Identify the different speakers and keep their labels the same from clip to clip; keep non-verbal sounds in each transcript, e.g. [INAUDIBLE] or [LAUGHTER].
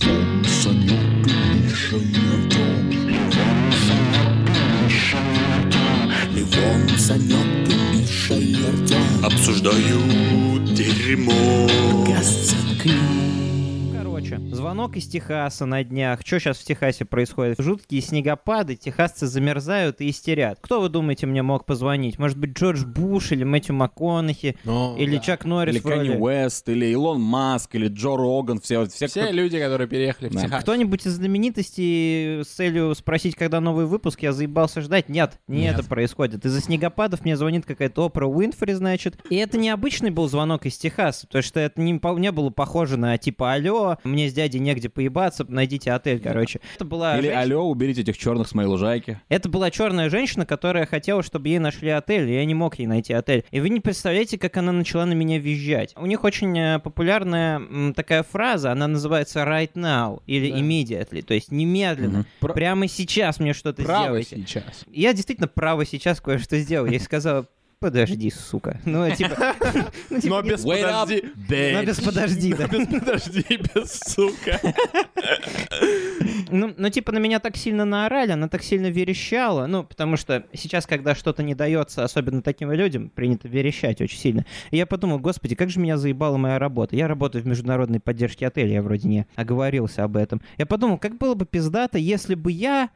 Speaker 1: Левон, Санек и Миша Антон. Левон, Санек и Миша Антон. Левон, Санек и Миша Антон. Обсуждают дерьмо.
Speaker 2: Короче, звонок из Техаса на днях. Что сейчас в Техасе происходит? Жуткие снегопады, техасцы замерзают и истерят. Кто, вы думаете, мне мог позвонить? Может быть, Джордж Буш или Мэтью МакКонахи?
Speaker 3: Ну,
Speaker 2: или
Speaker 3: да.
Speaker 2: Чак Норрис
Speaker 3: Или
Speaker 2: вроде?
Speaker 3: Канни Уэст, или Илон Маск, или Джо Роган, все, все,
Speaker 4: Все
Speaker 3: кто-
Speaker 4: люди, которые переехали в
Speaker 3: Да.
Speaker 4: Техас.
Speaker 2: Кто-нибудь из знаменитостей с целью спросить, когда новый выпуск, я заебался ждать. Нет, не
Speaker 3: Нет.
Speaker 2: это происходит. Из-за снегопадов мне звонит какая-то Опра Уинфри, значит. И это необычный был звонок из Техаса, потому что это не, по- не было похоже на типа «Алло, мне с дядей негде поебаться, найдите отель», короче. Это была
Speaker 3: Или
Speaker 2: женщина-
Speaker 3: алло, уберите этих черных с моей лужайки.
Speaker 2: Это была черная женщина, которая хотела, чтобы ей нашли отель, и я не мог ей найти отель. И вы не представляете, как она начала на меня визжать. У них очень э, популярная м, такая фраза, она называется right now или
Speaker 4: Да.
Speaker 2: immediately, то есть немедленно.
Speaker 3: Мгм.
Speaker 4: Про-
Speaker 2: Прямо сейчас мне что-то
Speaker 4: Правы
Speaker 2: сделайте.
Speaker 4: сейчас.
Speaker 2: Я действительно право сейчас кое-что сделал. Я ей сказала, подожди, сука. Ну,
Speaker 4: [LAUGHS]
Speaker 2: типа... [LAUGHS] ну, типа, нет,
Speaker 3: Wait up, bitch.
Speaker 2: но без подожди, да.
Speaker 3: подожди, [LAUGHS] без сука.
Speaker 2: Ну, ну, типа, на меня так сильно наорали, она так сильно верещала. Ну, потому что сейчас, когда что-то не дается, особенно таким людям, принято верещать очень сильно. И я подумал, господи, как же меня заебала моя работа. Я работаю в международной поддержке отеля, я вроде не оговорился об этом. Я подумал, как было бы пиздато, если бы я...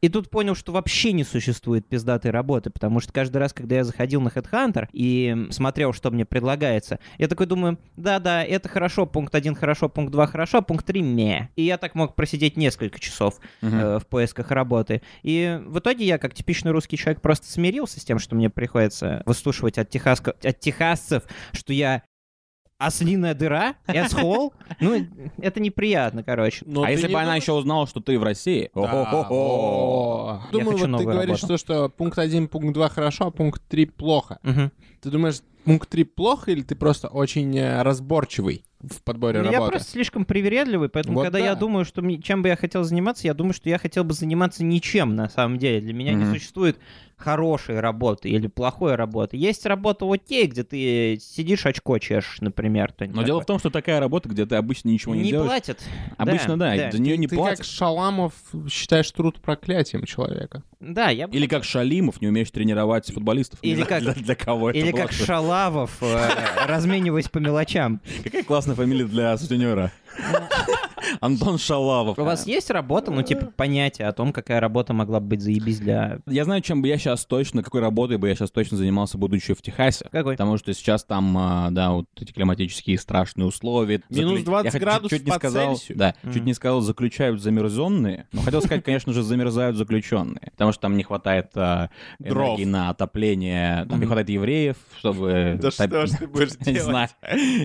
Speaker 2: И тут понял, что вообще не существует пиздатой работы, потому что каждый раз, когда я заходил на HeadHunter и смотрел, что мне предлагается, я такой думаю, да-да, это хорошо, пункт 1 хорошо, пункт 2 хорошо, а пункт 3 не. И я так мог просидеть несколько часов э, в поисках работы. И в итоге я, как типичный русский человек, просто смирился с тем, что мне приходится выслушивать от, техаска- от техасцев, что я ослиная дыра, эсхол. Ну, это неприятно, короче.
Speaker 4: Ну,
Speaker 3: А если бы она еще узнала, что ты в России? О-хо-хо-хо.
Speaker 4: О.
Speaker 2: Я
Speaker 4: Думаю,
Speaker 2: хочу
Speaker 4: вот ты
Speaker 2: новую
Speaker 4: говоришь,
Speaker 2: работу.
Speaker 4: то, что пункт 1, пункт 2 хорошо, а пункт 3 плохо.
Speaker 2: Мгм.
Speaker 4: Ты думаешь, пункт 3 плохо или ты просто очень э, разборчивый в подборе
Speaker 2: Ну, Я
Speaker 4: работы?
Speaker 2: просто слишком привередливый, поэтому,
Speaker 4: Вот
Speaker 2: когда
Speaker 4: да.
Speaker 2: я думаю, что мне- чем бы я хотел заниматься, я думаю, что я хотел бы заниматься ничем на самом деле. Для меня не
Speaker 3: Мгм.
Speaker 2: существует хорошей работы или плохой работы. Есть работа окей, где ты сидишь, очко чешешь, например.
Speaker 3: Но дело в том, что такая работа, где ты обычно ничего не
Speaker 2: не
Speaker 3: делаешь.
Speaker 2: платят.
Speaker 3: Обычно, да,
Speaker 2: да.
Speaker 3: за нее не
Speaker 4: ты как
Speaker 3: платят.
Speaker 4: Шаламов считаешь труд проклятием человека.
Speaker 2: Да, я бы-
Speaker 3: Или как Шалимов, не умеешь тренировать футболистов. Не
Speaker 2: Или
Speaker 3: знаю,
Speaker 2: как-
Speaker 3: Для, для кого это
Speaker 2: Или
Speaker 3: было.
Speaker 2: как Шалавов,
Speaker 3: [LAUGHS]
Speaker 2: э, размениваясь по мелочам.
Speaker 3: Какая классная фамилия для [LAUGHS] сутенера. Антон Шалавов.
Speaker 2: У вас есть работа, ну, типа, понятие о том, какая работа могла бы быть заебись для...
Speaker 3: Я знаю, чем бы я сейчас точно, какой работой бы я сейчас точно занимался, будучи в Техасе.
Speaker 2: Какой?
Speaker 3: Потому что сейчас там, а, да, вот эти климатические страшные условия.
Speaker 4: Минус
Speaker 3: Заклю-
Speaker 4: 20
Speaker 3: я хоть
Speaker 4: градусов
Speaker 3: чуть не
Speaker 4: по
Speaker 3: сказал,
Speaker 4: Цельсию.
Speaker 3: Да,
Speaker 2: Мгм.
Speaker 3: чуть не сказал, заключают замерзенные. Но хотел сказать, конечно же, замерзают заключенные. Потому что там не хватает а,
Speaker 4: Дров.
Speaker 3: энергии на отопление, там не
Speaker 2: Мгм.
Speaker 3: хватает евреев, чтобы... топ- [LAUGHS]
Speaker 4: ты будешь
Speaker 3: я не знаю.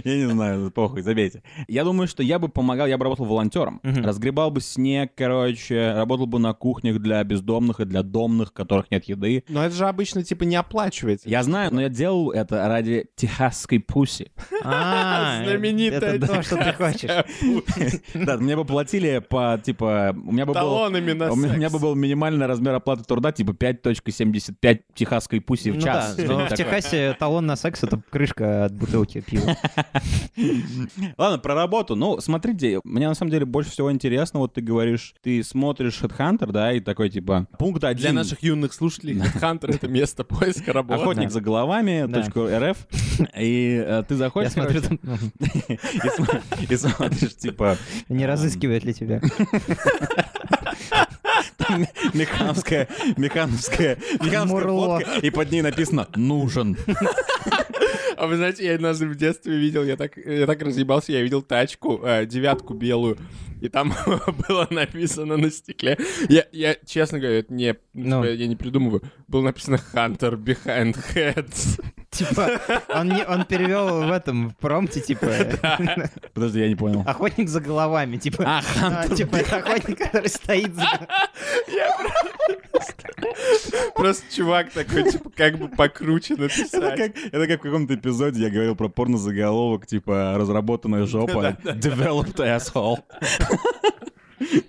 Speaker 3: Я не знаю, ну, похуй, забейте. Я думаю, что я бы помогал, я бы работал волонтером.
Speaker 2: Мгм.
Speaker 3: Разгребал бы снег, короче, работал бы на кухнях для бездомных и для домных, которых нет еды.
Speaker 4: Но это же обычно типа не оплачивается.
Speaker 3: Я знаю, но я делал это ради техасской
Speaker 2: [LAUGHS]
Speaker 3: пуси. [LAUGHS]
Speaker 2: А,
Speaker 4: Знаменитая
Speaker 2: это то, что ты хочешь.
Speaker 3: Да, мне бы платили по, типа, у меня бы был...
Speaker 4: Талонами на
Speaker 3: У меня, у меня бы был минимальный размер оплаты труда, типа 5.75 техасской пуси в
Speaker 2: Ну
Speaker 3: час.
Speaker 2: да,
Speaker 3: что-нибудь
Speaker 2: но в
Speaker 3: такое.
Speaker 2: Техасе талон на секс — это крышка от бутылки пива.
Speaker 3: [LAUGHS] Ладно, про работу. Ну, смотрите, мне на самом деле больше всего интересно, вот ты говоришь, ты смотришь Headhunter, да, и такой, типа, пункт один. А
Speaker 4: Для наших
Speaker 3: [LAUGHS]
Speaker 4: юных слушателей Хантер это место поиска работы.
Speaker 3: Охотник
Speaker 2: Да.
Speaker 3: за головами,
Speaker 2: Да.
Speaker 3: точка
Speaker 2: [LAUGHS]
Speaker 3: .рф, и э, ты
Speaker 2: Я
Speaker 3: заходишь,
Speaker 2: смотрю,
Speaker 3: короче,
Speaker 2: там
Speaker 3: и см- и смотришь, типа, [LAUGHS]
Speaker 2: не разыскивает ли тебя.
Speaker 3: Механовская, механовская, механовская
Speaker 2: Мурло.
Speaker 3: фотка, и под ней написано «нужен».
Speaker 4: А вы знаете, я однажды в детстве видел, я так, я так разъебался, я видел тачку, э, девятку белую, и там [LAUGHS] было написано на стекле. Я, я честно говорю, это не,
Speaker 2: Ну.
Speaker 4: типа, я не придумываю. Было написано Hunter Behind Heads.
Speaker 2: [LAUGHS] Типа, он, не, он перевел в этом в промте, [LAUGHS] типа,
Speaker 3: Подожди, я не понял.
Speaker 2: охотник за головами, типа.
Speaker 3: А,
Speaker 2: [LAUGHS] А, типа, это охотник, который стоит за...
Speaker 4: Просто чувак такой, типа, как бы покруче
Speaker 3: Это
Speaker 4: написать.
Speaker 3: как, это как в каком-то эпизоде я говорил про порно-заголовок, типа «разработанная жопа», «developed asshole».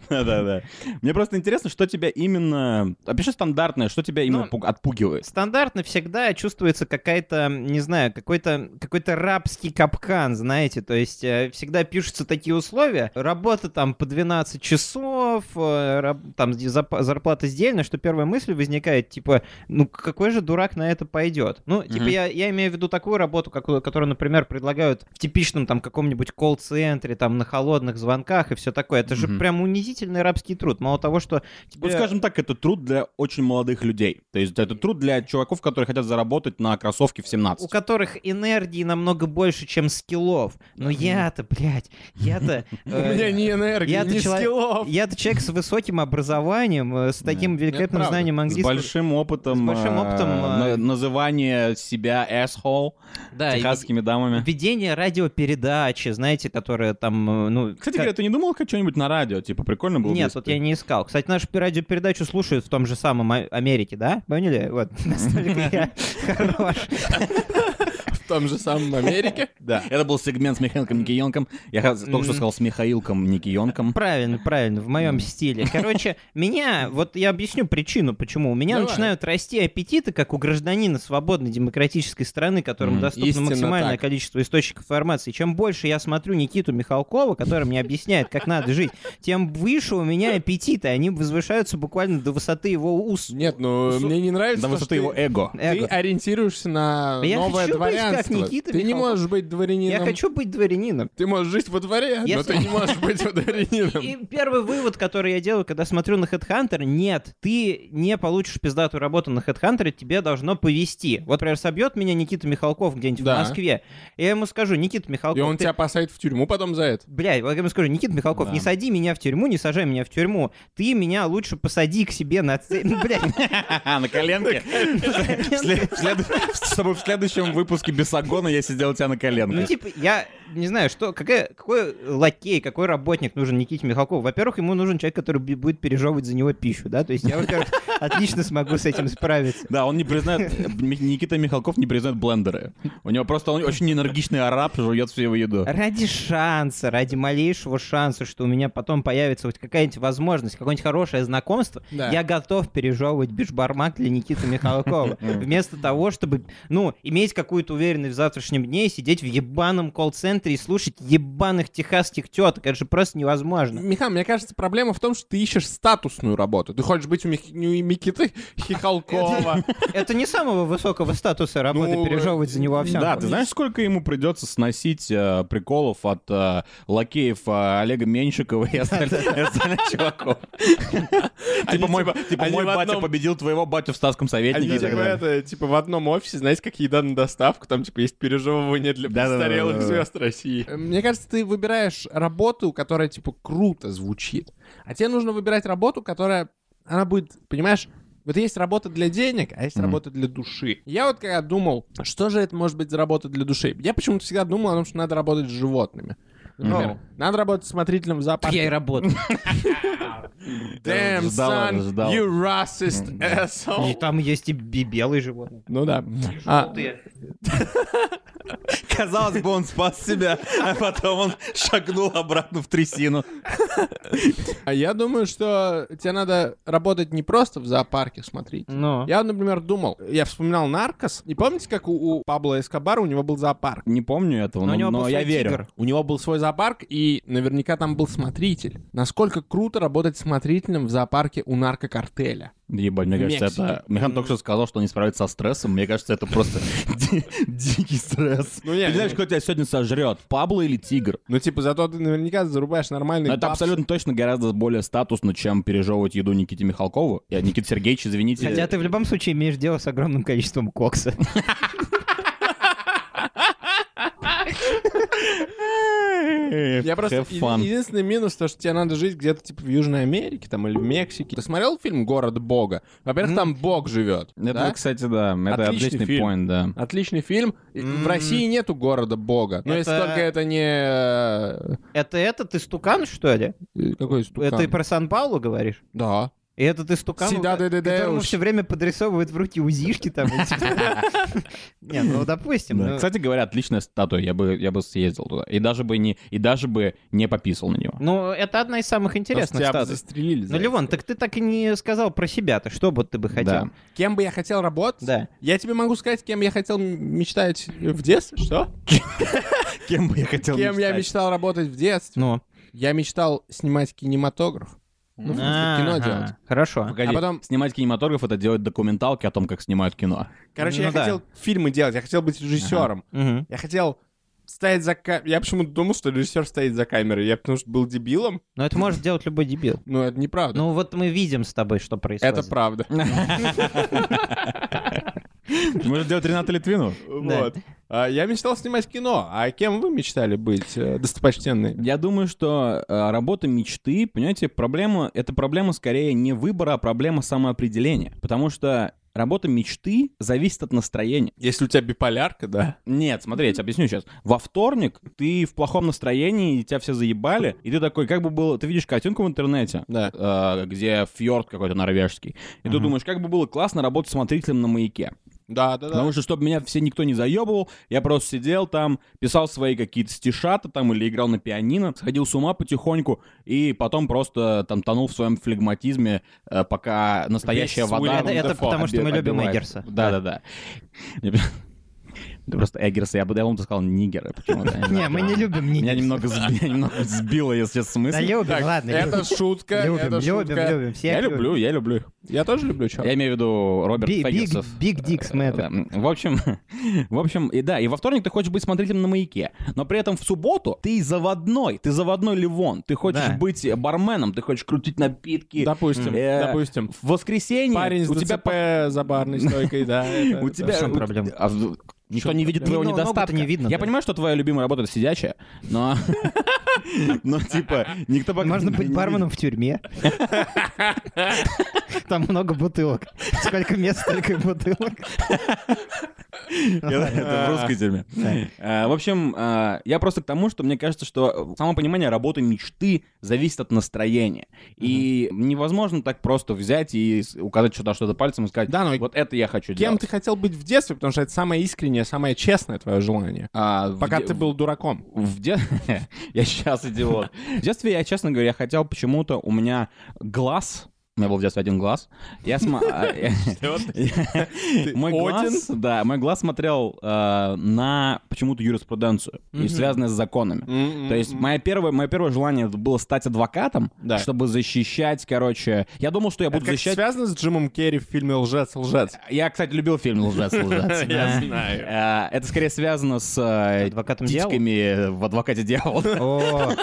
Speaker 3: Да-да-да. Мне просто интересно, что тебя именно... Опиши стандартное, что тебя именно
Speaker 2: Ну,
Speaker 3: пуг- отпугивает.
Speaker 2: Стандартно всегда чувствуется какая-то, не знаю, какой-то какой-то рабский капкан, знаете, то есть э, всегда пишутся такие условия, работа там по 12 часов, э, раб- там зи- зап- зарплата сдельная, что первая мысль возникает, типа, ну какой же дурак на это пойдет? Ну, типа,
Speaker 3: Мгм.
Speaker 2: я, я имею в виду такую работу, какую- которую, например, предлагают в типичном там каком-нибудь колл-центре, там на холодных звонках и все такое. Это же
Speaker 3: Мгм.
Speaker 2: прям унизительный рабский труд. Мало того, что...
Speaker 3: Вот
Speaker 2: тебе-
Speaker 3: скажем так, это труд для очень молодых людей. То есть это труд для чуваков, которые хотят заработать на кроссовке в 17.
Speaker 2: у которых энергии намного больше, чем скиллов. Но я-то, блядь,
Speaker 3: [LAUGHS]
Speaker 2: я-то...
Speaker 4: [LAUGHS] У
Speaker 2: э,
Speaker 4: меня ни энергии,
Speaker 2: Я-то
Speaker 4: ни
Speaker 2: чело-
Speaker 4: скиллов.
Speaker 2: Я-то человек с высоким образованием, э, с таким великолепным
Speaker 4: правда.
Speaker 2: знанием
Speaker 3: С
Speaker 2: английского.
Speaker 3: большим опытом,
Speaker 2: С большим
Speaker 3: э,
Speaker 2: опытом,
Speaker 3: на-
Speaker 2: э,
Speaker 3: называние себя asshole
Speaker 2: Да, и
Speaker 3: техасскими дамами.
Speaker 2: Ведение радиопередачи, знаете, которая там, э, ну...
Speaker 3: Кстати
Speaker 2: как-
Speaker 3: говоря, ты не думал как что-нибудь на радио? Типа, прикольно было бы,
Speaker 2: Нет,
Speaker 3: если
Speaker 2: вот
Speaker 3: ты-
Speaker 2: я не искал. Кстати, нашу радиопередачу слушают в том же самом А- Америке, да? Поняли? Вот, [LAUGHS] настолько
Speaker 3: [LAUGHS]
Speaker 2: я хорош.
Speaker 4: В том же самом Америке.
Speaker 3: Да. Это был сегмент с Михаилом Никиенком. Я ха- только что
Speaker 2: М.
Speaker 3: сказал с Михаилком Никиенком.
Speaker 2: Правильно, правильно, в моем стиле. Короче, меня, вот я объясню причину, почему. У меня
Speaker 4: Давай.
Speaker 2: начинают расти аппетиты, как у гражданина свободной демократической страны, которому
Speaker 3: Мгм.
Speaker 2: доступно
Speaker 4: Истинно
Speaker 2: максимальное
Speaker 4: так.
Speaker 2: количество источников информации. Чем больше я смотрю Никиту Михалкова, который мне объясняет, как надо жить, тем выше у меня аппетиты. Они возвышаются буквально до высоты его уст.
Speaker 4: Нет, ну
Speaker 2: Су-
Speaker 4: мне не нравится,
Speaker 3: До
Speaker 4: то, что
Speaker 3: высоты
Speaker 4: ты-
Speaker 3: его эго.
Speaker 4: Ты
Speaker 2: Эго.
Speaker 4: ориентируешься на
Speaker 2: Я
Speaker 4: новое
Speaker 2: хочу быть как
Speaker 4: дворянство.
Speaker 2: Никита
Speaker 4: ты не ну,
Speaker 2: Михалков.
Speaker 4: можешь быть дворянином.
Speaker 2: Я хочу быть дворянином.
Speaker 4: Ты можешь жить во дворе, но
Speaker 2: Если-
Speaker 4: ты не можешь
Speaker 2: [LAUGHS]
Speaker 4: быть во
Speaker 2: И
Speaker 4: дворянином.
Speaker 2: первый вывод, который я делаю, когда смотрю на Headhunter, нет, ты не получишь пиздатую работу на Headhunter, тебе должно повести. Вот, например, собьет меня Никита Михалков где-нибудь
Speaker 4: Да.
Speaker 2: в Москве, я ему скажу, Никита Михалков,
Speaker 4: И он
Speaker 2: ты-
Speaker 4: тебя посадит в тюрьму потом за это.
Speaker 2: Бля, я ему скажу, Никита Михалков,
Speaker 3: Да.
Speaker 2: не сади меня в тюрьму, не сажай меня в тюрьму. Ты меня лучше посади к себе на цель. [LAUGHS]
Speaker 4: [LAUGHS]
Speaker 2: Бля,
Speaker 3: Ха-ха, [LAUGHS] на коленке. В след- в след- [LAUGHS] Чтобы в следующем выпуске Бесогона я сидел у тебя на
Speaker 2: Ну,
Speaker 3: коленке.
Speaker 2: типа, я не знаю, что, какая, какой лакей, какой работник нужен Никите Михалкову. Во-первых, ему нужен человек, который бу- будет пережевывать за него пищу, да? То есть я, во-первых, отлично смогу с этим справиться.
Speaker 3: Да, он не признает, Ми- Никита Михалков не признает блендеры. У него просто он очень энергичный араб, жует всю его еду.
Speaker 2: Ради шанса, ради малейшего шанса, что у меня потом появится хоть какая-нибудь возможность, какое-нибудь хорошее знакомство,
Speaker 4: Да.
Speaker 2: я готов пережевывать бишбармак для Никиты Михалкова. Вместо того, чтобы, ну, иметь какую-то уверенность в завтрашнем дне и сидеть в ебаном колл-центре и слушать ебаных техасских теток. Это же просто невозможно.
Speaker 4: Михаил, мне кажется, проблема в том, что ты ищешь статусную работу. Ты хочешь быть у, Мих... у Микиты Хихалкова.
Speaker 2: Это не самого высокого статуса работы,
Speaker 4: Ну,
Speaker 2: пережевывать за него овсянку.
Speaker 3: Да, ты знаешь, сколько ему придется сносить э, приколов от э, лакеев э, Олега Меньшикова и осталь- и остальных чуваков? Типа мой ба- типа,
Speaker 4: они
Speaker 3: мой
Speaker 4: в
Speaker 3: батя
Speaker 4: одном-
Speaker 3: победил твоего батю в статском советнике.
Speaker 4: Они
Speaker 3: и так
Speaker 4: типа
Speaker 3: далее.
Speaker 4: это, типа в одном офисе, знаете, как еда на доставку, там типа есть пережевывание для
Speaker 3: Да-да-да-да-да.
Speaker 4: престарелых звезд России. Э, Мне кажется, ты выбираешь работу, которая типа круто звучит. А тебе нужно выбирать работу, которая, она будет, понимаешь, вот есть работа для денег, а есть
Speaker 3: Мгм.
Speaker 4: работа для души. Я вот когда думал, что же это может быть за работа для души, я почему-то всегда думал о том, что надо работать с животными. Например,
Speaker 2: Ну.
Speaker 4: надо работать смотрителем в
Speaker 2: Так
Speaker 4: зоопарке.
Speaker 2: Я и работаю.
Speaker 4: Damn,
Speaker 3: Ждала,
Speaker 4: son,
Speaker 3: ждала.
Speaker 4: you racist
Speaker 2: И
Speaker 4: asshole.
Speaker 2: там есть [LAUGHS] и би- белые животные.
Speaker 4: Ну да. А,
Speaker 3: Казалось бы, он спас себя, а потом он шагнул обратно в трясину.
Speaker 4: А я думаю, что тебе надо работать не просто в зоопарке смотреть.
Speaker 2: Ну.
Speaker 4: Я, например, думал, я вспоминал Наркос, и помните, как у, у Пабло Эскобара у него был зоопарк?
Speaker 3: Не помню этого,
Speaker 2: Но
Speaker 3: но,
Speaker 2: у него
Speaker 3: но
Speaker 2: был свой
Speaker 3: я верю.
Speaker 2: тигр.
Speaker 4: У него был свой зоопарк, и наверняка там был смотритель. Насколько круто работать смотрителем в зоопарке у наркокартеля.
Speaker 3: Ебать, мне кажется,
Speaker 4: Мексика.
Speaker 3: это... Михан только что сказал, что не справится со стрессом. Мне кажется, это просто [LAUGHS] ди- дикий стресс.
Speaker 4: Ну, не,
Speaker 3: Ты знаешь,
Speaker 4: ну-
Speaker 3: кто тебя сегодня сожрет, Пабло или тигр?
Speaker 4: Ну, типа, зато ты наверняка зарубаешь нормальный
Speaker 3: Но Ну, это абсолютно точно гораздо более статусно, чем пережевывать еду Никите Михалкову. Я, Никита Сергеевич, извините.
Speaker 2: Хотя ты в любом случае имеешь дело с огромным количеством кокса.
Speaker 4: Я просто...
Speaker 3: Have
Speaker 4: е-
Speaker 3: fun.
Speaker 4: Единственный минус, то, что тебе надо жить где-то, типа, в Южной Америке, там, или в Мексике. Ты смотрел фильм «Город Бога»? Во-первых, там Бог живет.
Speaker 3: Это,
Speaker 4: да?
Speaker 3: кстати, да, это
Speaker 4: Отличный
Speaker 3: отличный
Speaker 4: фильм.
Speaker 3: поинт, да.
Speaker 4: Отличный фильм. И В
Speaker 2: М.
Speaker 4: России нету города бога. Ну, если
Speaker 2: Это-
Speaker 4: только это не...
Speaker 2: [LAUGHS] Это этот истукан, что ли?
Speaker 4: э, Какой стукан?
Speaker 2: Это и про Сан-Паулу говоришь?
Speaker 4: Да.
Speaker 2: И этот истукан,
Speaker 4: Всегда
Speaker 2: у ко-
Speaker 4: ДДД
Speaker 2: которому
Speaker 4: уж.
Speaker 2: все время подрисовывают в руки УЗИшки там. и типа. [LAUGHS] Не, ну допустим.
Speaker 3: Да.
Speaker 2: ну-
Speaker 3: Кстати говоря, отличная статуя, я бы, я бы съездил туда. И даже бы не, и даже бы не пописал на него.
Speaker 2: Ну, это одна из самых интересных
Speaker 4: Тебя бы
Speaker 2: статуй.
Speaker 4: застрелили. за
Speaker 2: Ну, Левон, так ты так и не сказал про себя-то, что бы ты бы хотел.
Speaker 3: Да.
Speaker 4: это. Кем бы я хотел работать?
Speaker 2: Да.
Speaker 4: Я тебе могу сказать, кем я хотел м- мечтать в детстве. Что?
Speaker 3: Кем бы я хотел
Speaker 4: Кем я мечтал работать в детстве?
Speaker 2: Ну,
Speaker 4: Я мечтал снимать кинематограф. Ну, в смысле, кино
Speaker 2: А, ага,
Speaker 4: делать.
Speaker 2: Хорошо.
Speaker 3: Погоди,
Speaker 4: А потом-
Speaker 3: снимать кинематограф — это делать документалки о том, как снимают [LAUGHS] кино.
Speaker 4: Короче,
Speaker 2: Ну
Speaker 4: я
Speaker 2: да.
Speaker 4: хотел фильмы делать, я хотел быть режиссером.
Speaker 2: Мгм.
Speaker 4: Я хотел стоять за ка- Я почему-то думал, что режиссер стоит за камерой. Я потому что был дебилом,
Speaker 2: Но это может делать любой дебил.
Speaker 4: но это неправда.
Speaker 2: Ну, вот мы видим с тобой, что происходит.
Speaker 4: это правда.
Speaker 3: Ты можешь делать Рената Литвину?
Speaker 4: Вот. А, Я мечтал снимать кино. А кем вы мечтали быть, э, достопочтенные?
Speaker 3: Я думаю, что э, работа мечты, понимаете, проблема, это проблема скорее не выбора, а проблема самоопределения. Потому что работа мечты зависит от настроения.
Speaker 4: Если у тебя биполярка, да?
Speaker 3: Нет, смотри, я тебе объясню сейчас. Во вторник ты в плохом настроении, и тебя все заебали, и ты такой, как бы было... Ты видишь картинку в интернете,
Speaker 4: Да.
Speaker 3: э, где фьорд какой-то норвежский, и ты
Speaker 2: Мгм.
Speaker 3: думаешь, как бы было классно работать смотрителем на маяке.
Speaker 4: Да, да, да.
Speaker 3: Потому что, чтобы меня все никто не заебывал, я просто сидел там, писал свои какие-то стишаты там или играл на пианино, сходил с ума потихоньку и потом просто там тонул в своем флегматизме, э, пока настоящая
Speaker 4: Весь с
Speaker 3: вода...
Speaker 4: Уиллемом
Speaker 2: Это- это
Speaker 3: Дефо
Speaker 2: потому, что мы
Speaker 3: оби-
Speaker 2: любим
Speaker 3: обивает.
Speaker 2: Эггерса.
Speaker 3: Да-да-да. Мне [LAUGHS] Да просто Эггерса, я бы я вам сказал нигеры почему-то. я
Speaker 2: Не,
Speaker 3: знаю,
Speaker 2: мы не
Speaker 3: почему.
Speaker 2: любим
Speaker 3: Меня
Speaker 2: нигеров.
Speaker 3: немного сби- [LAUGHS] немного сбило, если честно,
Speaker 2: Да
Speaker 3: смысл.
Speaker 2: любим,
Speaker 4: Так,
Speaker 2: ладно.
Speaker 4: это
Speaker 2: любим.
Speaker 4: шутка,
Speaker 2: Любим,
Speaker 4: это
Speaker 2: любим,
Speaker 4: шутка.
Speaker 2: любим. всех
Speaker 3: Я люблю, я люблю их.
Speaker 4: Я тоже люблю чё.
Speaker 3: Я имею в виду Роберт
Speaker 2: Би- Биг
Speaker 3: Фэггерсов.
Speaker 2: Биг Дикс
Speaker 3: Э, Да,
Speaker 2: Мэттер.
Speaker 3: м, В общем, [LAUGHS] в общем, и да, и во вторник ты хочешь быть смотрителем на маяке, но при этом в субботу ты заводной, ты заводной Ливон, ты хочешь
Speaker 2: Да.
Speaker 3: быть барменом, ты хочешь крутить напитки.
Speaker 4: Допустим,
Speaker 3: Э,
Speaker 4: допустим.
Speaker 3: В воскресенье
Speaker 4: Парень с
Speaker 3: у тебя по-
Speaker 4: ДЦП
Speaker 3: [LAUGHS]
Speaker 4: за барной стойкой, да. это-
Speaker 3: у
Speaker 4: это-
Speaker 3: тебя
Speaker 2: в чем
Speaker 3: у-
Speaker 2: проблема?
Speaker 3: а в- Никто не видит твоего
Speaker 2: проблема? Ну, ногу-то
Speaker 3: недостатка.
Speaker 2: не видно,
Speaker 3: Я
Speaker 2: да.
Speaker 3: понимаю, что твоя любимая работа это сидячая, но... [LAUGHS] Но типа, никто пока...
Speaker 4: [LAUGHS]
Speaker 2: Можно
Speaker 3: не
Speaker 2: быть
Speaker 3: видит.
Speaker 2: барменом в тюрьме. Там много бутылок. Сколько мест, столько и бутылок.
Speaker 3: Это это в русской тюрьме. А, В общем, а, я просто к тому, что мне кажется, что само понимание работы мечты зависит от настроения. И невозможно так просто взять и с- указать сюда что-то пальцем и сказать,
Speaker 4: Да, но
Speaker 3: вот это я хочу
Speaker 4: Кем
Speaker 3: делать.
Speaker 4: ты хотел быть в детстве, потому что это самое искреннее, самое честное твое желание.
Speaker 3: А, в
Speaker 4: Пока
Speaker 3: де-
Speaker 4: ты был дураком.
Speaker 3: В де- [LAUGHS] я сейчас идиот. В детстве я, честно говоря, хотел почему-то у меня глаз. У меня был в детстве один глаз. Я
Speaker 4: [LAUGHS]
Speaker 3: сма- а, я- Мой глаз, да, мой глаз смотрел э, на почему-то юриспруденцию и связанное с законами.
Speaker 4: М-м-м.
Speaker 3: То есть мое первое, мое первое желание было стать адвокатом,
Speaker 4: Да.
Speaker 3: чтобы защищать, короче... Я думал, что я буду
Speaker 4: Это как
Speaker 3: защищать...
Speaker 4: связано с Джимом Керри в фильме «Лжец, лжец»?
Speaker 3: Я, кстати, любил фильм «Лжец, лжец».
Speaker 4: [LAUGHS] Я знаю.
Speaker 3: Э, Это скорее связано с э,
Speaker 2: Адвокатом
Speaker 3: титьками в «Адвокате дьявола» [LAUGHS]
Speaker 2: О,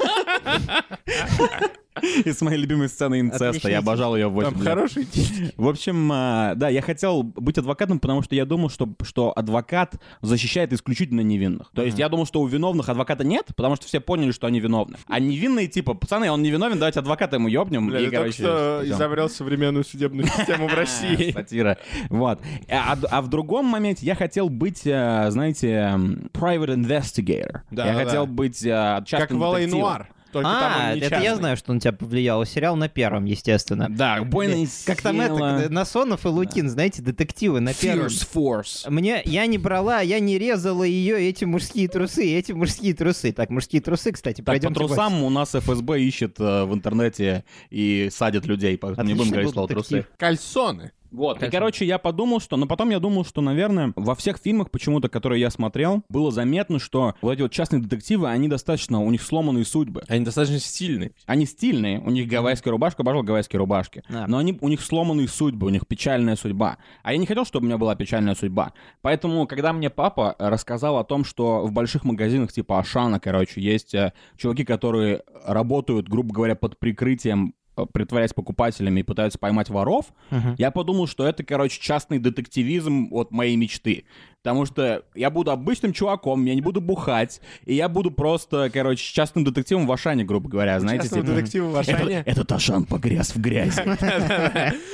Speaker 3: и с моей любимой сценой инцеста.
Speaker 2: Отличный
Speaker 3: Я
Speaker 2: тип.
Speaker 3: обожал ее в 8
Speaker 4: Там хороший титик.
Speaker 3: В общем, э, да, я хотел быть адвокатом, потому что я думал, что, что адвокат защищает исключительно невинных. То есть я думал, что у виновных адвоката нет, потому что все поняли, что они виновны. А невинные типа, пацаны, он не виновен, давайте адвоката ему ёбнем.
Speaker 4: Бля,
Speaker 3: и,
Speaker 4: ты только
Speaker 3: короче,
Speaker 4: что
Speaker 3: всё.
Speaker 4: изобрел современную судебную систему в
Speaker 3: А,
Speaker 4: России.
Speaker 3: Сатира. Вот. А, а д- а в другом моменте я хотел быть, э, знаете, эм, private investigator.
Speaker 4: Да,
Speaker 3: я
Speaker 4: да,
Speaker 3: хотел
Speaker 4: да.
Speaker 3: быть э,
Speaker 4: Как
Speaker 3: частным детективом.
Speaker 4: Валейнуар. Только там
Speaker 2: а,
Speaker 4: он не
Speaker 2: это я
Speaker 4: частный.
Speaker 2: знаю, что на тебя повлияло. Сериал на первом, естественно.
Speaker 3: Да, Буэна
Speaker 2: Как там это, э, Насонов и Лукин, знаете, детективы на первом.
Speaker 3: Fierce Force.
Speaker 2: Мне, я не брала, а я не резала ее, эти мужские трусы, эти мужские трусы. Так, мужские трусы, кстати,
Speaker 3: Так, по
Speaker 2: пойдем
Speaker 3: трусам у нас ФСБ ищет э, в интернете и садит людей, поэтому не будем
Speaker 2: Отличный
Speaker 3: говорить
Speaker 2: был
Speaker 3: слово
Speaker 2: детектив.
Speaker 3: трусы.
Speaker 4: Кальсоны.
Speaker 3: Вот. И, короче, я подумал, что... Но потом я думал, что, наверное, во всех фильмах почему-то, которые я смотрел, было заметно, что вот эти вот частные детективы, они достаточно... У них сломанные судьбы.
Speaker 4: Они достаточно стильные.
Speaker 3: Они стильные, у них гавайская рубашка, обожал гавайские рубашки.
Speaker 2: Да.
Speaker 3: Но они, у них сломанные судьбы, у них печальная судьба. А я не хотел, чтобы у меня была печальная судьба. Поэтому, когда мне папа э, рассказал о том, что в больших магазинах типа Ашана, короче, есть э, чуваки, которые работают, грубо говоря, под прикрытием э, притворяясь покупателями и пытаются поймать воров,
Speaker 2: Мгм.
Speaker 3: я подумал, что это, короче, частный детективизм от моей мечты. Потому что я буду обычным чуваком, я не буду бухать, и я буду просто, короче, частным детективом в Ашане, грубо говоря, знаете,
Speaker 4: Частного
Speaker 3: типа.
Speaker 4: детектива в
Speaker 5: Этот,
Speaker 4: Ашане.
Speaker 5: этот Ашан погряз в
Speaker 2: [LAUGHS]
Speaker 5: грязь.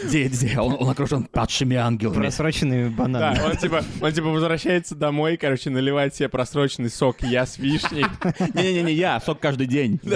Speaker 5: Где, где? Он, он окружен падшими ангелами.
Speaker 2: Просроченными бананами.
Speaker 4: Да, он типа, он типа возвращается домой, короче, наливает себе просроченный сок я с вишней.
Speaker 3: Не-не-не, я сок каждый день. [LAUGHS]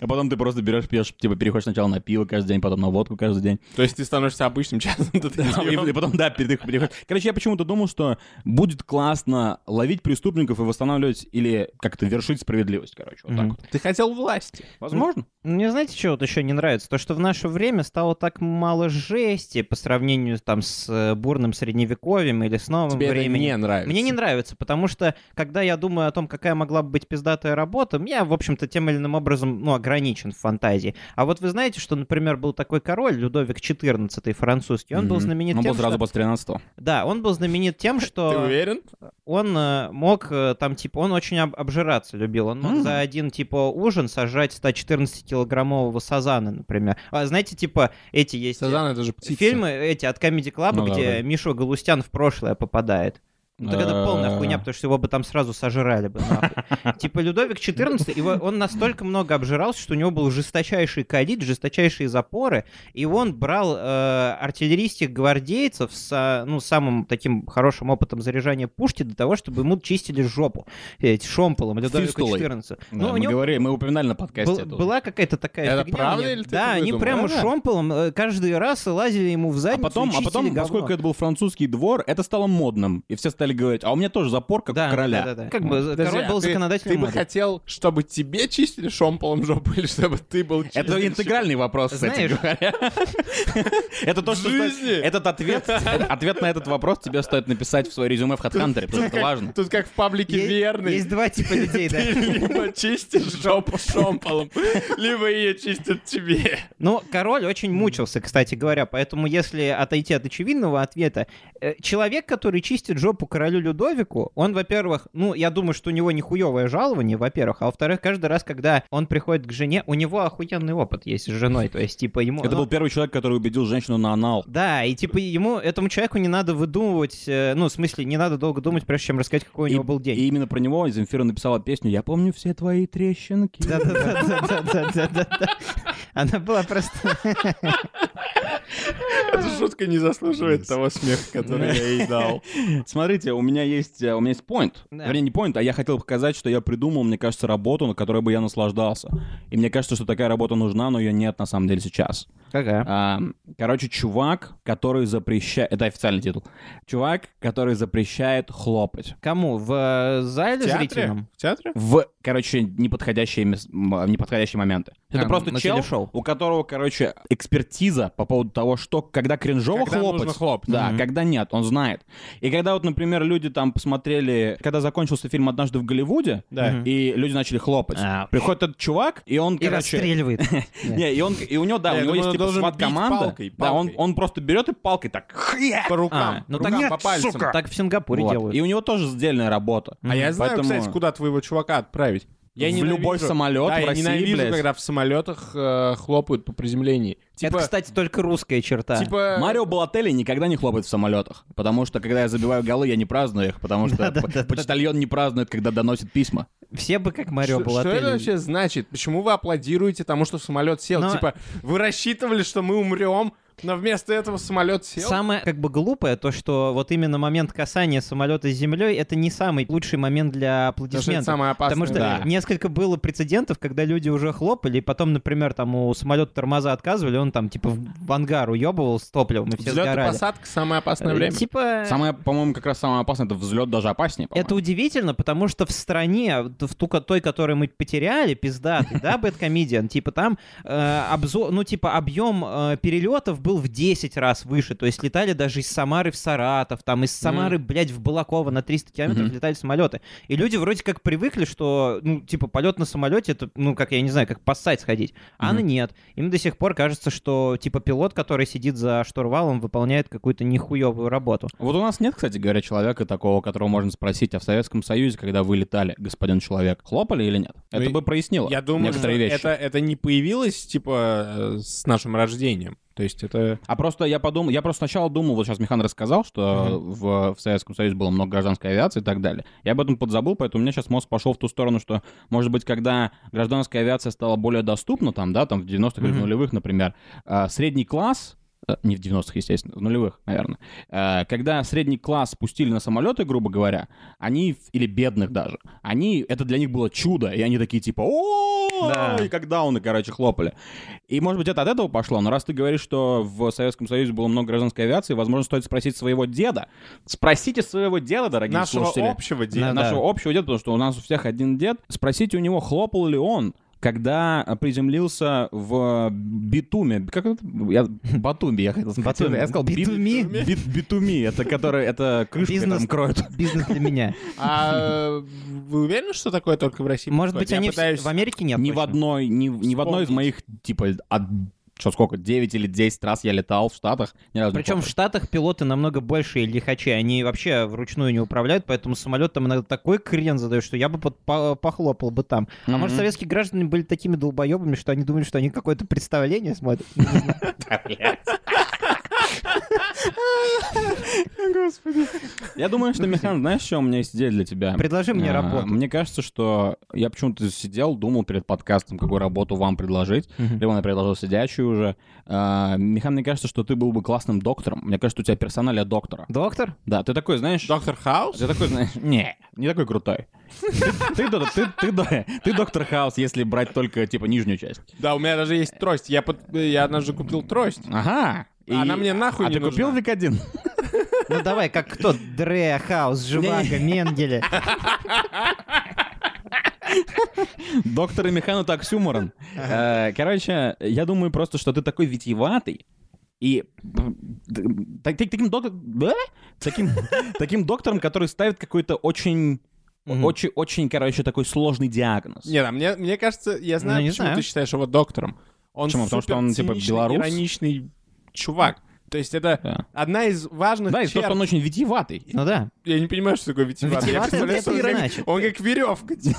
Speaker 3: А потом ты просто берешь, пьешь, типа переходишь сначала на пиво каждый день, потом на водку каждый день.
Speaker 4: То есть ты становишься обычным частным
Speaker 3: И,
Speaker 4: детективом.
Speaker 3: и потом, да, перед их переход. Короче, я почему-то думал, что будет классно ловить преступников и восстанавливать или как-то вершить справедливость, короче, вот так
Speaker 2: Мгм.
Speaker 3: вот.
Speaker 4: Ты хотел власти.
Speaker 3: Возможно.
Speaker 2: Ну, Мне знаете, что вот еще не нравится? То, что в наше время стало так мало жести по сравнению там с э, бурным средневековьем или с новым
Speaker 4: Тебе это
Speaker 2: временем.
Speaker 4: не нравится.
Speaker 2: Мне не нравится, потому что, когда я думаю о том, какая могла бы быть пиздатая работа, я, в общем-то, тем или иным образом, ну, ограничен в фантазии. А вот вы знаете, что, например, был такой король, Людовик XIV французский, он был
Speaker 3: Мгм.
Speaker 2: знаменит
Speaker 3: Он
Speaker 2: тем,
Speaker 3: был сразу
Speaker 2: что...
Speaker 3: после 13
Speaker 2: Да, он был
Speaker 3: [LAUGHS]
Speaker 2: знаменит тем,
Speaker 4: Ты
Speaker 2: что
Speaker 4: уверен?
Speaker 2: он э, мог э, там, типа, он очень об- обжираться любил. Он мог
Speaker 3: Мгм.
Speaker 2: за один, типа, ужин сожрать 114-килограммового сазана, например. А знаете, типа, эти есть... э,
Speaker 4: Сазан, это же птица.
Speaker 2: Фильмы эти от Comedy Club,
Speaker 3: Ну да,
Speaker 2: где
Speaker 3: да.
Speaker 2: Миша Галустян в прошлое попадает. Ну, так
Speaker 4: Э.
Speaker 2: это полная хуйня, потому что его бы там сразу сожрали бы. нахуй. [LAUGHS] Типа Людовик XIV, его, он настолько много обжирался, что у него был жесточайший калит, жесточайшие запоры, и он брал э, артиллерийских гвардейцев с а, ну, самым таким хорошим опытом заряжания пушки для того, чтобы ему чистили жопу э, шомполом Людовика
Speaker 3: Фистулой.
Speaker 2: XIV.
Speaker 3: Да,
Speaker 2: Ну, у
Speaker 3: мы
Speaker 2: него
Speaker 3: говорили, мы упоминали на подкасте.
Speaker 2: был-
Speaker 3: это уже.
Speaker 2: была какая-то такая
Speaker 4: Это
Speaker 2: фигня у
Speaker 4: правда
Speaker 2: них.
Speaker 4: или ты
Speaker 2: Да,
Speaker 4: это
Speaker 2: они
Speaker 4: выдумал?
Speaker 2: прямо
Speaker 4: Да.
Speaker 2: шомполом э, каждый раз лазили ему в
Speaker 3: А
Speaker 2: задницу
Speaker 3: потом,
Speaker 2: и
Speaker 3: а
Speaker 2: чистили
Speaker 3: потом,
Speaker 2: говно.
Speaker 3: поскольку это был французский двор, это стало модным. И все стали говорить, а у меня тоже запор, как
Speaker 2: да,
Speaker 3: у короля.
Speaker 2: Да, да, да. Как бы
Speaker 4: Подожди,
Speaker 2: король
Speaker 4: а
Speaker 2: был
Speaker 4: ты-
Speaker 2: законодателем
Speaker 4: Ты бы
Speaker 2: моды.
Speaker 4: хотел, чтобы тебе чистили шомполом жопу [LAUGHS] или чтобы ты был
Speaker 3: Это
Speaker 4: чистильщиком?
Speaker 3: интегральный вопрос, кстати
Speaker 2: Знаешь-
Speaker 3: говоря. [LAUGHS] Это то,
Speaker 4: В
Speaker 3: что...
Speaker 4: жизни?
Speaker 3: Этот ответ, ответ на этот вопрос тебе стоит написать в свое резюме в HeadHunter, потому что это важно.
Speaker 4: Тут как в паблике
Speaker 2: Е-
Speaker 4: верный. [LAUGHS]
Speaker 2: Есть два типа людей, да.
Speaker 4: Ты либо чистишь жопу шомполом, либо ее чистят тебе.
Speaker 2: Но король очень мучился, кстати говоря, поэтому если отойти от очевидного ответа, э, человек, который чистит жопу королю Людовику, он, во-первых, ну, я думаю, что у него нихуевое жалование, во-первых, а во-вторых, каждый раз, когда он приходит к жене, у него охуенный опыт есть с женой, то есть, типа, ему...
Speaker 3: Это
Speaker 2: ну,
Speaker 3: был первый человек, который убедил женщину на анал.
Speaker 2: Да, и типа ему, этому человеку не надо выдумывать, э, ну, в смысле, не надо долго думать, прежде чем рассказать, какой у него был день.
Speaker 3: И именно про него Земфира написала песню «Я помню все твои трещинки».
Speaker 2: Да-да-да-да-да-да-да. Она
Speaker 3: [LAUGHS]
Speaker 2: была просто...
Speaker 4: Эта шутка не заслуживает того смеха, который я ей дал.
Speaker 2: [LAUGHS]
Speaker 3: Смотрите, у меня есть э, у меня есть поинт.
Speaker 2: Да.
Speaker 3: Вернее, не поинт, а я хотел показать, что я придумал, мне кажется, работу, на которой бы я наслаждался. И мне кажется, что такая работа нужна, но ее нет на самом деле сейчас.
Speaker 2: Какая?
Speaker 3: А, короче, чувак, который запрещает... Это официальный титул. Чувак, который запрещает хлопать.
Speaker 2: Кому? В э, зале зрительном?
Speaker 4: В театре?
Speaker 3: В, короче, неподходящие, мес- м, в неподходящие моменты. Это
Speaker 2: А,
Speaker 3: просто
Speaker 2: на
Speaker 3: чел,
Speaker 2: телешоу.
Speaker 3: у которого, короче, экспертиза по поводу того, что, когда кринжово
Speaker 4: Когда
Speaker 3: хлопать.
Speaker 4: нужно хлопать.
Speaker 3: Да,
Speaker 2: Мгм.
Speaker 3: когда нет, он знает. И когда вот, например, люди там посмотрели, когда закончился фильм «Однажды в Голливуде»,
Speaker 4: Да.
Speaker 2: Мгм.
Speaker 3: и люди начали хлопать.
Speaker 2: А,
Speaker 3: Приходит этот чувак, и он,
Speaker 2: И
Speaker 3: короче...
Speaker 2: [LAUGHS] расстреливает.
Speaker 3: Не, и, он, и у него, да,
Speaker 4: Я
Speaker 3: у него
Speaker 4: думаю,
Speaker 3: есть
Speaker 4: он
Speaker 3: типа
Speaker 4: должен бить
Speaker 3: команда.
Speaker 4: палкой,
Speaker 3: Да, он,
Speaker 4: палкой.
Speaker 3: он просто берет и палкой так. хря-
Speaker 4: По
Speaker 2: А,
Speaker 4: рукам.
Speaker 2: ну
Speaker 4: рукам,
Speaker 2: так нет,
Speaker 4: по пальцам.
Speaker 2: сука. Так в Сингапуре
Speaker 3: Вот.
Speaker 2: делают.
Speaker 3: И у него тоже сдельная работа.
Speaker 4: А я знаю,
Speaker 3: Поэтому-
Speaker 4: кстати, куда твоего чувака отправить. Я
Speaker 3: В
Speaker 4: ненавижу-
Speaker 3: любой самолет
Speaker 4: да,
Speaker 3: в
Speaker 4: я
Speaker 3: России,
Speaker 4: ненавижу,
Speaker 3: блядь.
Speaker 4: когда в самолетах э, хлопают по приземлении. Типа,
Speaker 2: Это, кстати, только русская черта.
Speaker 4: типа...
Speaker 3: Марио Балотелли никогда не хлопает в самолетах, потому что, когда я забиваю голы, я не праздную их, потому
Speaker 4: [LAUGHS]
Speaker 3: что п-
Speaker 2: Да-да-да.
Speaker 3: почтальон не празднует, когда доносит письма.
Speaker 2: Все бы как Марио
Speaker 4: что,
Speaker 2: было.
Speaker 4: что это вообще значит? Почему вы аплодируете тому, что самолет сел?
Speaker 2: Но-
Speaker 4: Типа, вы рассчитывали, что мы умрем, но вместо этого самолет сел?
Speaker 2: Самое как бы глупое то, что вот именно момент касания самолета с землей это не самый лучший момент для
Speaker 4: Потому что это
Speaker 2: аплодисментов.
Speaker 4: самое опасное.
Speaker 2: Потому что
Speaker 3: Да.
Speaker 2: несколько было прецедентов, когда люди уже хлопали, и потом, например, там у самолета тормоза отказывали, он там типа в в ангар уебывал с топливом, и все
Speaker 4: Взлет и
Speaker 2: сгорали.
Speaker 4: посадка — самое опасное
Speaker 2: Э,
Speaker 4: время.
Speaker 2: Типа...
Speaker 3: Самое, по-моему, как раз самое опасное, это взлет даже опаснее, по-моему.
Speaker 2: Это удивительно, потому что в стране, в ту, ко- той, которую мы потеряли, пиздатый,
Speaker 3: [LAUGHS]
Speaker 2: да, Бэткомедиан, типа там э, обзор, ну, типа объем э, перелетов был в 10 раз выше, то есть летали даже из Самары в Саратов, там из Самары, блядь, в Балаково на 300 километров
Speaker 3: Мгм.
Speaker 2: летали самолеты. И люди вроде как привыкли, что, ну, типа, полет на самолете, это, ну, как, я не знаю, как поссать сходить. А
Speaker 3: Мгм.
Speaker 2: ну нет. Им до сих пор кажется, что, типа, пилот, который сидит за штурвалом, выполняет какую-то нехуевую работу.
Speaker 3: Вот у нас нет, кстати говоря, человека такого, которого можно спросить, а в Советском Союзе, когда вы летали, господин человек, хлопали или нет?
Speaker 4: Ну,
Speaker 3: Это бы прояснило
Speaker 4: Я думаю, что
Speaker 3: некоторые вещи.
Speaker 4: это, это не появилось, типа, э, с нашим рождением. То есть это...
Speaker 3: А просто я подумал, я просто сначала думал, вот сейчас Михан рассказал, что в, в Советском Союзе было много гражданской авиации и так далее. Я об этом подзабыл, поэтому у меня сейчас мозг пошел в ту сторону, что, может быть, когда гражданская авиация стала более доступна, там, да, там в 90-х или в
Speaker 2: Мгм.
Speaker 3: нулевых, например, а, средний класс, э, не в 90-х, естественно, в нулевых, наверное, э, когда средний класс спустили на самолеты, грубо говоря, они, в- или бедных даже, они, это для них было чудо, и они такие типа, о
Speaker 2: Да.
Speaker 3: и как дауны, короче, хлопали. И, может быть, это от этого пошло, но раз ты говоришь, что в Советском Союзе было много гражданской авиации, возможно, стоит спросить своего деда. Спросите своего деда, дорогие
Speaker 4: Нашего
Speaker 3: слушатели.
Speaker 4: общего
Speaker 3: Де-
Speaker 4: дела.
Speaker 3: нашего общего деда, потому что у нас у всех один дед. Спросите у него, хлопал ли он, когда э, приземлился в э, битуме. Как это? Я, батуми, я хотел сказать.
Speaker 2: Батуми.
Speaker 3: Я сказал бит- [LAUGHS]
Speaker 2: Битуми?
Speaker 3: бит- битуми, это который, это крышка,
Speaker 2: Бизнес.
Speaker 3: которым кроют.
Speaker 2: Бизнес для меня.
Speaker 4: А э, вы уверены, что такое только в России?
Speaker 2: Может
Speaker 4: происходит?
Speaker 2: быть,
Speaker 4: Я
Speaker 2: они в-
Speaker 4: пытаюсь...
Speaker 2: в Америке нет.
Speaker 3: Ни в
Speaker 2: точно.
Speaker 3: одной, ни, в- ни в одной из моих, типа, от, что сколько, 9 или 10 раз я летал в Штатах. ни разу не
Speaker 2: Причем в
Speaker 3: хлопал.
Speaker 2: Штатах пилоты намного больше и лихачи, они вообще вручную не управляют, поэтому самолет там иногда такой крен задает, что я бы под- по- похлопал бы там. А
Speaker 3: Мгм.
Speaker 2: может, советские граждане были такими долбоебами, что они думали, что они какое-то представление смотрят? Не знаю.
Speaker 3: Я думаю, что, Михан, знаешь, что у меня есть идея для тебя?
Speaker 2: Предложи мне
Speaker 3: А,
Speaker 2: работу.
Speaker 3: Мне кажется, что я почему-то сидел, думал перед подкастом, какую работу вам предложить.
Speaker 2: Мгм.
Speaker 3: Лимон я предложил сидячую уже. А, Михан, мне кажется, что ты был бы классным доктором. Мне кажется, у тебя персоналия доктора.
Speaker 2: Доктор?
Speaker 3: Да, ты такой, знаешь...
Speaker 4: Доктор Хаус?
Speaker 3: Ты такой, знаешь, не, не такой крутой. Ты- Ты, до- ты- ты до- ты доктор Хаус, если брать только, типа, нижнюю часть.
Speaker 4: Да, у меня даже есть трость. Я, под- я однажды купил трость.
Speaker 3: Ага.
Speaker 4: Она мне нахуй
Speaker 3: А
Speaker 4: не
Speaker 3: ты купил
Speaker 4: нужна.
Speaker 3: Викодин?
Speaker 2: Ну давай, как кто? Дре, Хаус, Живаго, Менделе.
Speaker 3: Доктор и механу так с юмором. Э, Короче, я думаю просто, что ты такой витиеватый. И м, та- та- таким, док- да? таким, [LAUGHS] таким доктором, который ставит какой-то очень,
Speaker 2: Мгм.
Speaker 3: очень, очень, короче, такой сложный диагноз.
Speaker 4: Не, да, а мне, мне кажется, я знаю,
Speaker 2: Ну, не
Speaker 4: почему
Speaker 2: знаю.
Speaker 4: ты считаешь его доктором. Он
Speaker 3: Почему? Потому что
Speaker 4: супер
Speaker 3: он, типа,
Speaker 4: циничный,
Speaker 3: белорус?
Speaker 4: ироничный чувак. То есть это
Speaker 3: Да.
Speaker 4: одна из важных
Speaker 3: Да, и то,
Speaker 4: ну, черт.
Speaker 3: что он очень витиеватый.
Speaker 2: Ну да.
Speaker 4: Я не понимаю, что такое витиват.
Speaker 2: Витиват это это значит.
Speaker 4: он как
Speaker 3: Ну,
Speaker 4: веревка. типа.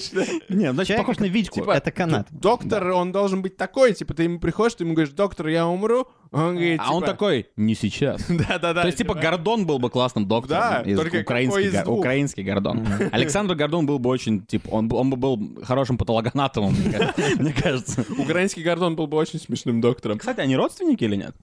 Speaker 4: Что-
Speaker 3: Не, значит,
Speaker 2: Человек-
Speaker 3: похож на Витьку.
Speaker 4: Типа,
Speaker 2: Это канат.
Speaker 4: Доктор, он должен быть такой, типа, ты ему приходишь, ты ему говоришь, доктор, я умру, а он говорит,
Speaker 3: А он
Speaker 4: типа,
Speaker 3: такой, не сейчас.
Speaker 4: [LAUGHS] Да-да-да.
Speaker 3: То есть, типа, Гордон был бы классным доктором.
Speaker 4: Да,
Speaker 3: из-
Speaker 4: только какой
Speaker 3: украинский,
Speaker 4: из
Speaker 3: Гор-
Speaker 4: двух?
Speaker 3: украинский Гордон. Александр Гордон был бы очень, типа, он, бы- он бы был хорошим патологоанатомом, мне кажется- [LAUGHS] мне кажется.
Speaker 4: Украинский Гордон был бы очень смешным доктором.
Speaker 3: А, Кстати, они родственники или нет?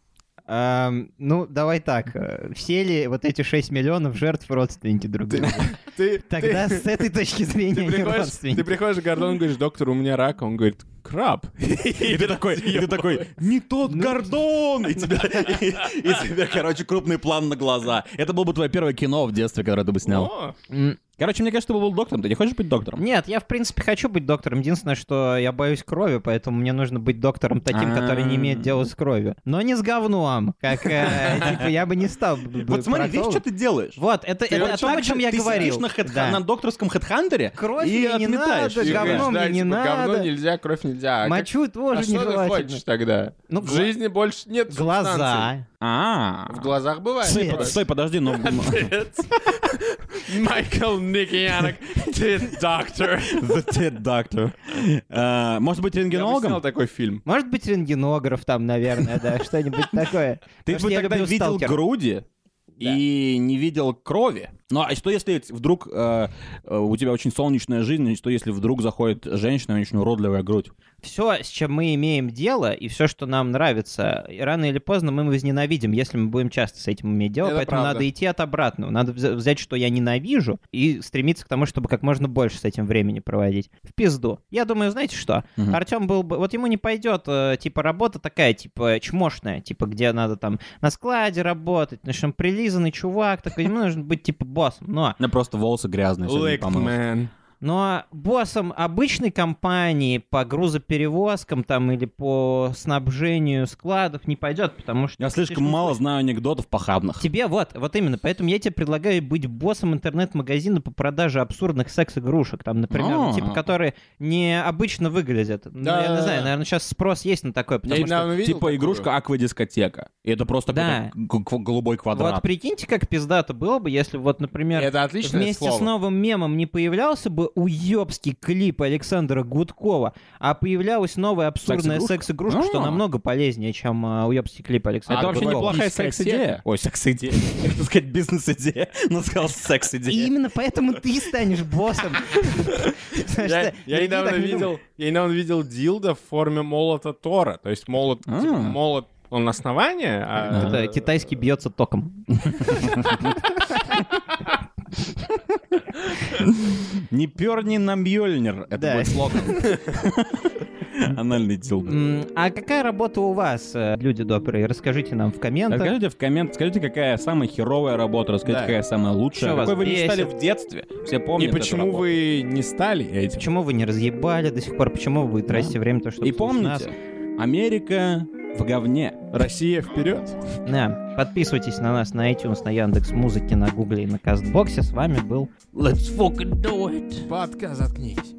Speaker 2: Эм, Ну, давай так. э, Все ли вот эти 6 миллионов жертв родственники друг друга?
Speaker 4: Ты,
Speaker 3: [LAUGHS]
Speaker 2: Тогда
Speaker 4: ты-
Speaker 2: с этой точки
Speaker 4: ты
Speaker 2: зрения они
Speaker 4: приходишь, ты
Speaker 2: родственники.
Speaker 4: приходишь к Гордону и говоришь, доктор, у меня рак. Он говорит, краб.
Speaker 3: [LAUGHS] И ты такой, и ты такой, не тот Гордон! Ну, И тебе, и- и тебе, короче, крупный план на глаза. Это было бы твое первое кино в детстве, которое ты бы снял.
Speaker 4: О,
Speaker 2: М,
Speaker 3: Короче, мне кажется, ты бы был доктором. Ты не хочешь быть доктором?
Speaker 2: Нет, я в принципе хочу быть доктором. Единственное, что я боюсь крови, поэтому мне нужно быть доктором таким, который не имеет дела с кровью. Но не с говном, как э,
Speaker 3: [LAUGHS]
Speaker 2: типа я бы не стал. б-
Speaker 3: Вот смотри, видишь,
Speaker 2: проктологом.
Speaker 3: что ты делаешь?
Speaker 2: Вот, это
Speaker 3: Ты
Speaker 2: это о том, о чем я
Speaker 3: ты
Speaker 2: говорил.
Speaker 3: сидишь на, хед-
Speaker 2: Да.
Speaker 3: на докторском хедхантере
Speaker 2: Кровь
Speaker 3: и
Speaker 2: мне не
Speaker 3: отметаешь.
Speaker 2: надо,
Speaker 4: И
Speaker 3: её.
Speaker 2: говно
Speaker 4: говоришь,
Speaker 2: мне
Speaker 4: да,
Speaker 2: не
Speaker 4: типа,
Speaker 2: надо.
Speaker 4: Говно нельзя, кровь нельзя. А как-
Speaker 2: Мочу
Speaker 4: А
Speaker 2: тоже
Speaker 4: что ты хочешь
Speaker 2: нежелательно.
Speaker 4: тогда?
Speaker 2: Ну,
Speaker 4: в
Speaker 2: гла-
Speaker 4: жизни больше нет субстанции.
Speaker 2: Глаза.
Speaker 3: А.
Speaker 4: В глазах бывает. типа
Speaker 2: Сыпь,
Speaker 4: такое.
Speaker 3: Под- Стой, подожди, ну, [LAUGHS] но...
Speaker 4: Майкл Никиянок, ты доктор.
Speaker 3: [LAUGHS] The Ted Doctor. Э, Может быть,
Speaker 4: Я бы снял
Speaker 3: рентгенологом?
Speaker 4: такой фильм.
Speaker 2: Может быть, рентгенограф там, наверное, да, что-нибудь такое.
Speaker 3: Ты
Speaker 2: Потому
Speaker 3: бы
Speaker 2: что я
Speaker 3: тогда
Speaker 2: люблю
Speaker 3: видел
Speaker 2: «Сталкера».
Speaker 3: груди и не видел крови. Ну, а что если вдруг э, э, у тебя очень солнечная жизнь, и что если вдруг заходит женщина, у нее очень уродливая грудь?
Speaker 2: все, с чем мы имеем дело, и все, что нам нравится, и рано или поздно мы возненавидим, если мы будем часто с этим иметь дело.
Speaker 4: Это
Speaker 2: поэтому
Speaker 4: правда.
Speaker 2: надо идти от обратного. Надо взя- взять, что я ненавижу, и стремиться к тому, чтобы как можно больше с этим времени проводить. В пизду. Я думаю, знаете что?
Speaker 3: Мгм.
Speaker 2: Артем был бы... Вот ему не пойдет, э, типа, работа такая, типа, чмошная, типа, где надо там на складе работать, значит, прилизанный чувак, такой, ему нужно быть, типа, боссом. Но
Speaker 3: У меня просто волосы грязные. сегодня не помыл.
Speaker 4: Лэктмен.
Speaker 2: но Ну, а боссом обычной компании по грузоперевозкам там или по снабжению складов не пойдет, потому что...
Speaker 3: Я слишком мало знаю анекдотов похабных.
Speaker 2: Тебе вот, вот именно, поэтому я тебе предлагаю быть боссом интернет-магазина по продаже абсурдных секс-игрушек, там, например, ну,
Speaker 3: А.
Speaker 2: типа, которые необычно выглядят. Ну, я не
Speaker 4: Да-да-да.
Speaker 2: знаю, наверное, сейчас спрос есть на такое, потому
Speaker 4: Я
Speaker 2: что...
Speaker 4: недавно видел
Speaker 3: Типа
Speaker 4: такую.
Speaker 3: игрушка аквадискотека. И это просто
Speaker 2: Да.
Speaker 3: какой-то г- г- голубой
Speaker 2: Вот
Speaker 3: квадрат.
Speaker 2: прикиньте, как пиздато было бы, если вот, например,
Speaker 4: Это отличное
Speaker 2: вместе
Speaker 4: слово.
Speaker 2: с новым мемом не появлялся бы уебский клип Александра Гудкова, а появлялась новая абсурдная
Speaker 3: Секс-игрушка?
Speaker 2: секс-игрушка, что
Speaker 3: А.
Speaker 2: намного полезнее, чем а, уебский клип Александра
Speaker 4: А,
Speaker 3: Это вообще
Speaker 2: Гудкова.
Speaker 3: неплохая секс-идея.
Speaker 5: Ой,
Speaker 3: [LAUGHS]
Speaker 5: секс-идея. Я Хотел сказать бизнес-идея, но сказал
Speaker 2: И
Speaker 5: секс-идея.
Speaker 2: именно поэтому ты и станешь боссом. Потому
Speaker 4: Я,
Speaker 2: что
Speaker 4: я
Speaker 2: другие
Speaker 4: недавно
Speaker 2: так не
Speaker 4: видел,
Speaker 2: думают.
Speaker 4: я недавно видел дилда в форме молота Тора. То есть молот,
Speaker 3: А.
Speaker 4: типа, молот, он основание, а...
Speaker 2: Это китайский бьется током.
Speaker 3: Не перни на мьёльнир. Это
Speaker 2: Да.
Speaker 3: будет слоган. [LAUGHS] Анальный дилдо.
Speaker 2: М, А какая работа у вас, э, люди добрые? Расскажите нам в
Speaker 4: А
Speaker 2: комментах.
Speaker 3: Расскажите в коммент, скажите, какая самая херовая работа, расскажите,
Speaker 4: Да.
Speaker 3: какая самая лучшая.
Speaker 2: Что вас
Speaker 3: Какой вы мечтали
Speaker 2: бесит?
Speaker 3: в детстве? Все
Speaker 4: И
Speaker 3: помнят эту
Speaker 4: почему
Speaker 3: работу.
Speaker 4: вы не стали этим?
Speaker 2: Почему вы не разъебали до сих пор? Почему вы тратите время на то, чтобы
Speaker 3: И
Speaker 2: слушать нас?
Speaker 3: помните, Америка в говне.
Speaker 4: Россия вперед!
Speaker 2: Да. Подписывайтесь на нас на iTunes, на Яндекс Музыке, на Гугле и на Кастбоксе. С вами был
Speaker 5: Let's fucking do it.
Speaker 4: Подка заткнись.